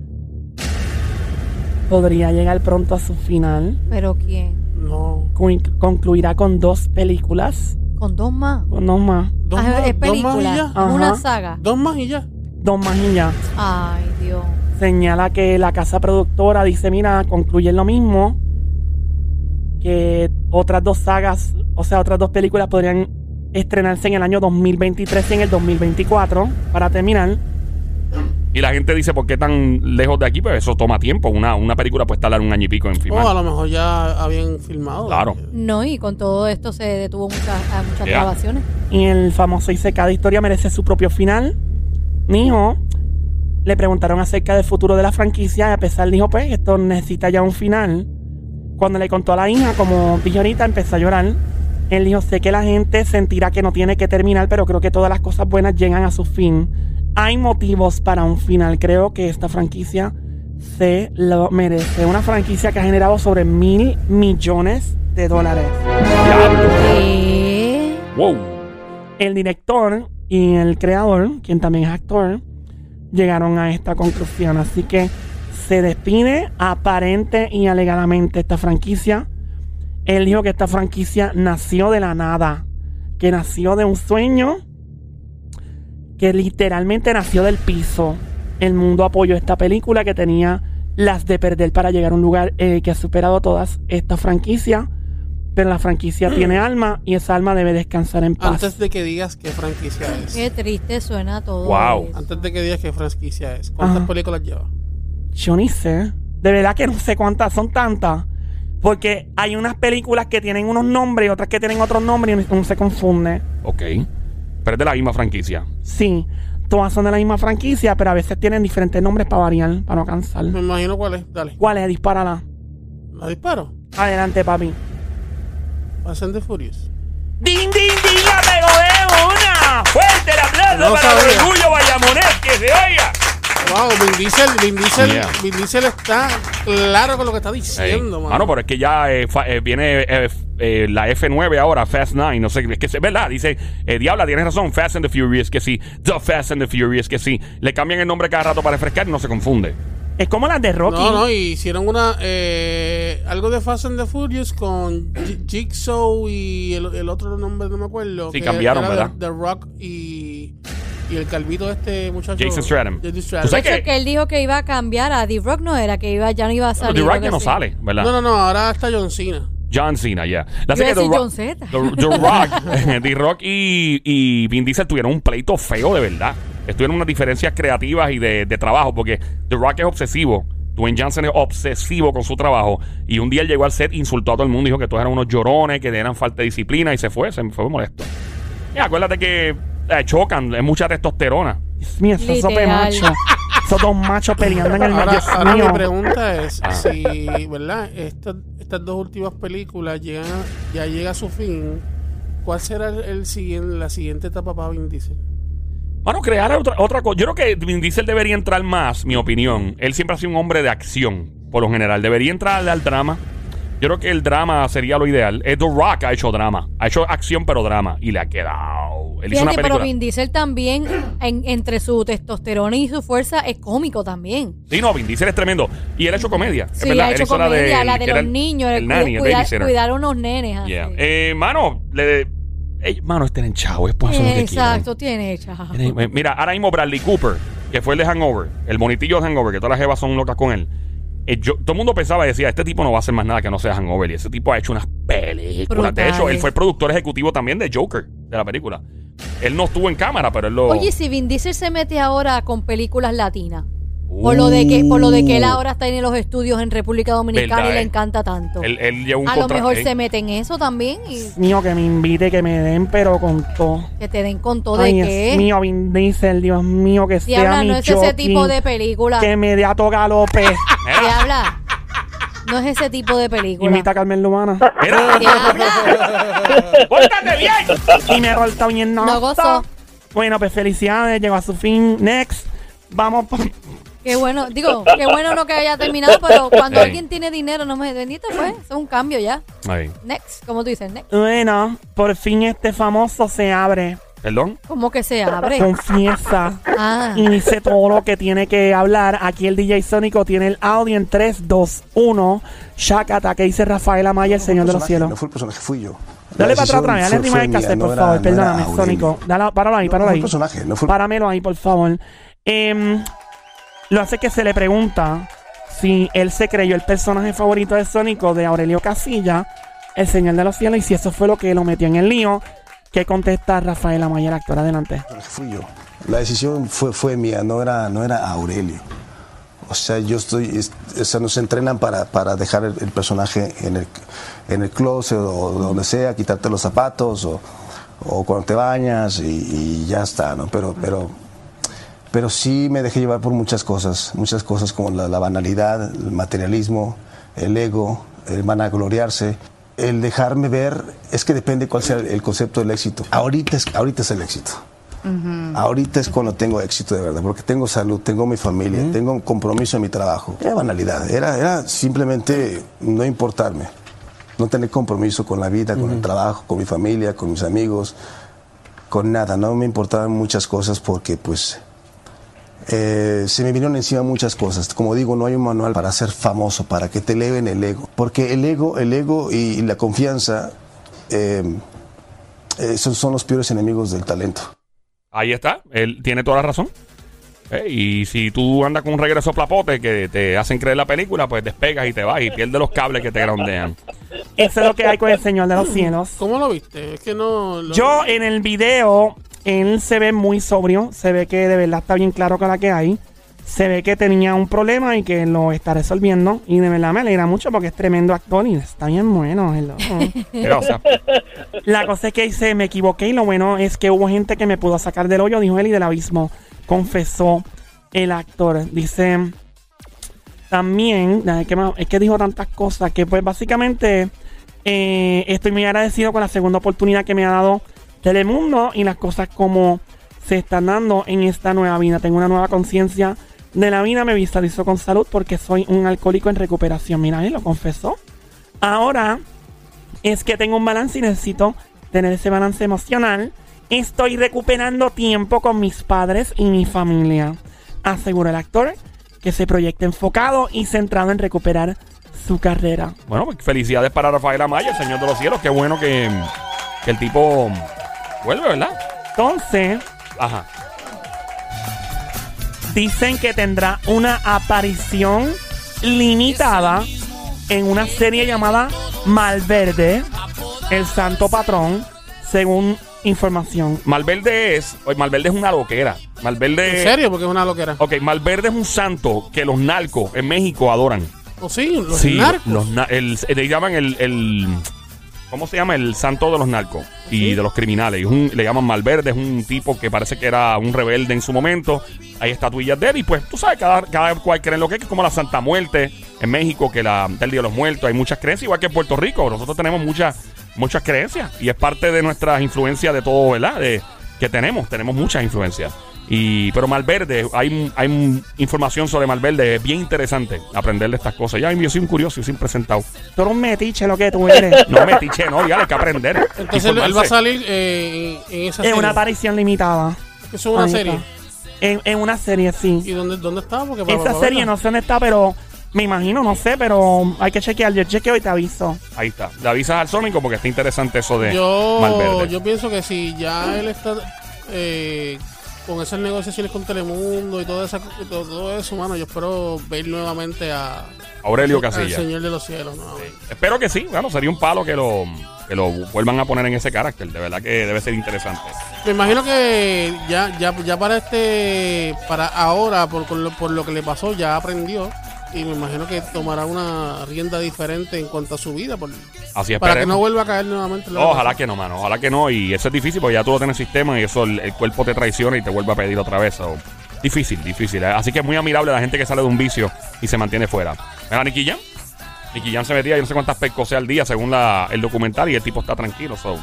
Podría llegar pronto a su final.
¿Pero quién?
No.
Cu- Concluirá con dos películas.
¿Con dos más?
Con dos más.
Dos,
Ah,
más,
es
dos más y
película,
ya.
es una
Ajá.
saga.
Dos más y ya.
Dos más y ya.
Ay, Dios.
señala que la casa productora dice, mira, concluyen lo mismo, que otras dos sagas, o sea, otras dos películas podrían estrenarse en el año 2023 y en el 2024 para terminar.
Y la gente dice, ¿por qué tan lejos de aquí? Pues eso toma tiempo. Una, una película puede tardar un año y pico en
O Oh, a
filmar.
lo mejor ya habían filmado.
Claro.
No, y con todo esto se detuvo muchas, a muchas
Yeah.
grabaciones.
Y el famoso dice, cada historia merece su propio final. Nijo le preguntaron acerca del futuro de la franquicia y a pesar dijo, pues, esto necesita ya un final. Cuando le contó a la hija, como dije ahorita, empezó a llorar. Él dijo, sé que la gente sentirá que no tiene que terminar, pero creo que todas las cosas buenas llegan a su fin. Hay motivos para un final. Creo que esta franquicia se lo merece. Una franquicia que ha generado sobre mil millones de dólares.
Diablo.
¿Qué?
¡Wow!
El director y el creador, quien también es actor, llegaron a esta conclusión. Así que se despide aparente y alegadamente esta franquicia. Él dijo que esta franquicia nació de la nada, que nació de un sueño, que literalmente nació del piso. El mundo apoyó esta película que tenía las de perder para llegar a un lugar eh, que ha superado todas esta franquicia. Pero la franquicia tiene alma y esa alma debe descansar en paz.
Antes de que digas qué franquicia es.
Qué triste suena todo.
Wow.
eso.
Antes de que digas qué franquicia es. ¿Cuántas
Ajá.
películas lleva?
Yo ni sé. De verdad que no sé cuántas, son tantas. Porque hay unas películas que tienen unos nombres y otras que tienen otros nombres y uno se confunde.
Ok. Pero es de la misma franquicia.
Sí, todas son de la misma franquicia, pero a veces tienen diferentes nombres para variar, para no cansar.
Me imagino cuál es. Dale.
¿Cuál es? Dispárala.
La disparo.
Adelante, papi.
Fast and the Furious.
¡Din, din, din! ¡La pegó de una!
¡Fuerte el aplauso
No
para el
sabía.
orgullo Bayamonés! ¡Que se oiga!
Wow, Vin Diesel, Vin Diesel,
Yeah.
Vin Diesel está claro con lo que está diciendo,
Ey.
mano.
Ah, no, pero es que ya eh, fa- eh, viene eh, f- eh, la F9 ahora, Fast 9, no sé, es que es verdad, dice, eh, Diabla, tienes razón, Fast and the Furious, que sí, The Fast and the Furious, que sí, le cambian el nombre cada rato para refrescar y no se confunde.
Es como las de Rocky.
No, no, y hicieron una eh, algo de Fast and the Furious con J- Jigsaw y el, el otro nombre no me acuerdo.
Sí, cambiaron,
era
¿verdad?
The, The Rock y, y el calvito este muchacho.
Jason Statham.
Jason
¿Tú
De
sabes
Statham.
hecho,
que-
que él dijo que iba a cambiar a D-Rock, no era que iba, ya no iba a
Pero
salir.
The
lo
Rock ya
que
no
sí.
sale, ¿verdad?
No, no, no, ahora está John Cena.
John Cena, ya. La sé
Yo iba
que
a
The
decir
Rock-
John Zeta.
The- The Rock, eh, The Rock y, y Vin Diesel tuvieron un pleito feo de verdad. Estuvieron unas diferencias creativas y de, de trabajo, porque The Rock es obsesivo. Dwayne Johnson es obsesivo con su trabajo. Y un día él llegó al set, insultó a todo el mundo, dijo que todos eran unos llorones, que eran falta de disciplina y se fue, se fue molesto. Y acuérdate que eh, chocan, es mucha testosterona.
Dios mío, esos dos
Literal.
machos. Esos dos machos peleando en el mar.
Ahora,
Dios
Ah, ahora mi
mío. Ah.
pregunta es si, ¿verdad? Estas, estas dos últimas películas llegan a- ya llega a su fin. ¿Cuál será el, el siguiente, la siguiente etapa para Vin Diesel?
Bueno, crear otra, otra cosa. Yo creo que Vin Diesel debería entrar más, mi opinión. Él siempre ha sido un hombre de acción, por lo general. Debería entrar al drama. Yo creo que el drama sería lo ideal. Eh, The Rock ha hecho drama. Ha hecho acción, pero drama. Y le ha quedado. Él hizo una
Fíjate, pero
película.
Vin Diesel también, en- entre su testosterona y su fuerza, es cómico también.
Sí, no, Vin Diesel es tremendo. Y él ha hecho comedia. es
Sí,
verdad.
ha
Él
hecho
hizo la de-
comedia, la de,
que era
los niños,
El,
el
nanny, el
cuidar,
babysitter.
cuidar a unos nenes. ah. así.
Yeah. Eh, mano, le, eh, mano, este en chavo. Es por hacer lo que quieran.
Exacto, tiene hecha.
Eh, Mira, ahora mismo Bradley Cooper, que fue el de Hangover, el bonitillo de Hangover, que todas las jevas son locas con él. Eh, yo- todo el mundo pensaba y decía, este tipo no va a hacer más nada que no sea Hangover. Y ese tipo ha hecho unas películas. De hecho,
Brutales.
él fue productor ejecutivo también de Joker, de la película. Él no estuvo en cámara, pero él lo...
Oye, si Vin Diesel se mete ahora con películas latinas, por lo de que por lo de que él ahora está en los estudios en República
Uh.
Dominicana
Verdad,
y le
eh.
encanta tanto.
él, él llevó un
a lo
contra-
mejor
eh,
se mete en eso también y
Dios mío, que me invite, que me den, pero con todo.
que te den con todo
Ay,
de
Dios
que
mío, Vin Diesel, Dios mío, que sea
Diabla,
mi
no es ese
Joaquin,
tipo de película.
Que me dé a Toga López.
Diabla, no es ese tipo de película.
Imita a Carmen Lumana.
Mira, ¡Pórtate bien!
y me rolta bien
No gozó.
Bueno, pues felicidades, llegó a su fin. Next. Vamos por...
Qué bueno, digo, qué bueno no que haya terminado, pero cuando
Ey.
alguien tiene dinero, no me bendito pues, es un cambio ya.
Ay,
Next, como tú dices, next.
Bueno, por fin este famoso se abre.
¿Perdón?
Como que se abre.
Confiesa.
Ah,
Y dice todo lo que tiene que hablar. Aquí el DJ Sónico tiene el audio en 3, 2, 1, Shakata, que dice Rafael Amaya, el Señor de los
No
Cielos.
fue el personaje, fui yo.
Dale
La
para atrás,
decisión
trae la
fue-
encima
fue
del
mía,
cassette,
no
por
era-
favor.
no era
Perdóname,
Aurelio.
Sónico. Dale, páralo ahí,
No,
páralo
no fue
ahí.
el personaje, no fue el-
Páramelo ahí, por favor. Em, lo hace que se le pregunta si él se creyó el personaje favorito de Sónico de Aurelio Casilla, el Señor de los Cielos, y si eso fue lo que lo metió en el lío. ¿Qué contesta Rafael Amaya, el actor? Adelante.
Fui yo. La decisión fue, fue mía, no era, no era Aurelio. O sea, yo estoy, es- o sea, nos entrenan para, para dejar el, el personaje en el, en el closet o donde sea, quitarte los zapatos o, o cuando te bañas y, y ya está, ¿no? Pero, pero, pero sí me dejé llevar por muchas cosas, muchas cosas como la, la banalidad, el materialismo, el ego, el vanagloriarse, el dejarme ver, es que depende cuál sea el, el concepto del éxito. Ahorita es, ahorita es el éxito. Ahorita es cuando tengo éxito de verdad, porque tengo salud, tengo mi familia, tengo un compromiso en mi trabajo. Era banalidad, era, era simplemente no importarme, no tener compromiso con la vida, con el trabajo, con mi familia, con mis amigos, con nada. No me importaban muchas cosas porque pues eh, se me vinieron encima muchas cosas. Como digo, no hay un manual para ser famoso, para que te eleven el ego. Porque el ego, el ego y la confianza eh, esos son los peores enemigos del talento.
Ahí está, él tiene toda la razón. Eh, y si tú andas con un regreso plapote que te hacen creer la película, pues despegas y te vas y pierdes los cables que te grandean.
Eso es lo que hay con el Señor de los Cielos.
¿Cómo lo viste? Es que no. lo-
Yo en el video, él se ve muy sobrio, se ve que de verdad está bien claro con la que hay. Se ve que tenía un problema y que lo está resolviendo. Y de verdad me alegra mucho porque es tremendo actor y está bien bueno. hello.
Gracias.
la cosa es que dice, me equivoqué y lo bueno es que hubo gente que me pudo sacar del hoyo, dijo él, y del abismo. Confesó el actor. Dice, también, ay, ¿qué más? es que dijo tantas cosas que pues básicamente eh, estoy muy agradecido con la segunda oportunidad que me ha dado Telemundo y las cosas como se están dando en esta nueva vida. Tengo una nueva conciencia de la vida, me visualizo con salud porque soy un alcohólico en recuperación. Mira, él lo confesó. Ahora es que tengo un balance y necesito tener ese balance emocional. Estoy recuperando tiempo con mis padres y mi familia. Asegura el actor que se proyecta enfocado y centrado en recuperar su carrera.
Bueno, pues felicidades para Rafael Amaya, Señor de los Cielos. Qué bueno que, que el tipo vuelve, ¿verdad?
Entonces,
Ajá.
dicen que tendrá una aparición limitada en una serie llamada Malverde, el santo patrón, según información.
Malverde es, oye, Malverde es una loquera. Malverde. eh,
¿En serio? Porque es una loquera.
Ok, Malverde es un santo que los narcos en México adoran.
¿O sí? ¿Los
sí,
narcos?
los na- el- eh, le llaman el, el- ¿Cómo se llama? El santo de los narcos y de los criminales. Es un- le llaman Malverde, es un tipo que parece que era un rebelde en su momento. Hay estatuillas de él y pues tú sabes, cada, cada cual cree en lo que es, que es como la Santa Muerte en México, que la del Día de los Muertos. Hay muchas creencias, igual que en Puerto Rico. Nosotros tenemos muchas muchas creencias y es parte de nuestras influencias de todo, ¿verdad? De, que tenemos, tenemos muchas influencias. Y, pero Malverde, hay, hay información sobre Malverde, es bien interesante aprender de estas cosas. Ya, yo soy un curioso, yo soy un presentado.
Tú eres un metiche lo que tú eres.
No me tiche, no, ya hay que aprender.
Entonces él, él va a salir eh, en, en esa
Es
serie.
una aparición limitada.
Es una
Ahí
serie.
está. En, en una serie, sí.
¿Y dónde, dónde está? Porque para-
Esa
para
serie
verla.
no sé dónde está, pero me imagino, no sé, pero hay que chequear. Yo chequeo y te aviso.
Ahí está. Le avisas al Sónico porque está interesante eso de
Yo,
Malverde.
yo pienso que si ya él está eh, con esas negociaciones con Telemundo y todo, esa, y todo, todo eso, mano, yo espero ver nuevamente a
Aurelio
al
Casilla.
Señor de los Cielos. nuevamente.
Espero que sí, bueno, sería un palo que lo, que lo vuelvan a poner en ese carácter. De verdad que debe ser interesante.
Me imagino que ya, ya, ya para este, para ahora, por, con lo, por lo que le pasó, ya aprendió. Y me imagino que tomará una rienda diferente en cuanto a su vida. por-
Así es,
para que no vuelva a caer nuevamente. en lo que
Ojalá
pasó.
que no, mano. Ojalá que no. Y eso es difícil porque ya tú lo tienes en sistema y eso el, el cuerpo te traiciona y te vuelve a pedir otra vez. So, difícil, difícil. Así que es muy admirable la gente que sale de un vicio y se mantiene fuera. Mira, Nicky Jam. Nicky Jam se metía yo no sé cuántas percosas al día según la- el documental y el tipo está tranquilo. So.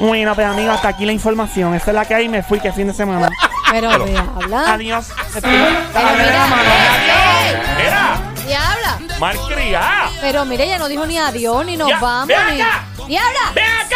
Bueno, pues amigo, hasta aquí la información. Esa es la que hay. Me fui que fin de semana.
Pero me habla.
Adiós.
Y habla.
Malcriada.
Pero mire, ella no dijo ni adiós, ni nos
Ya,
vamos,
ven
ni.
acá.
¡Diabla!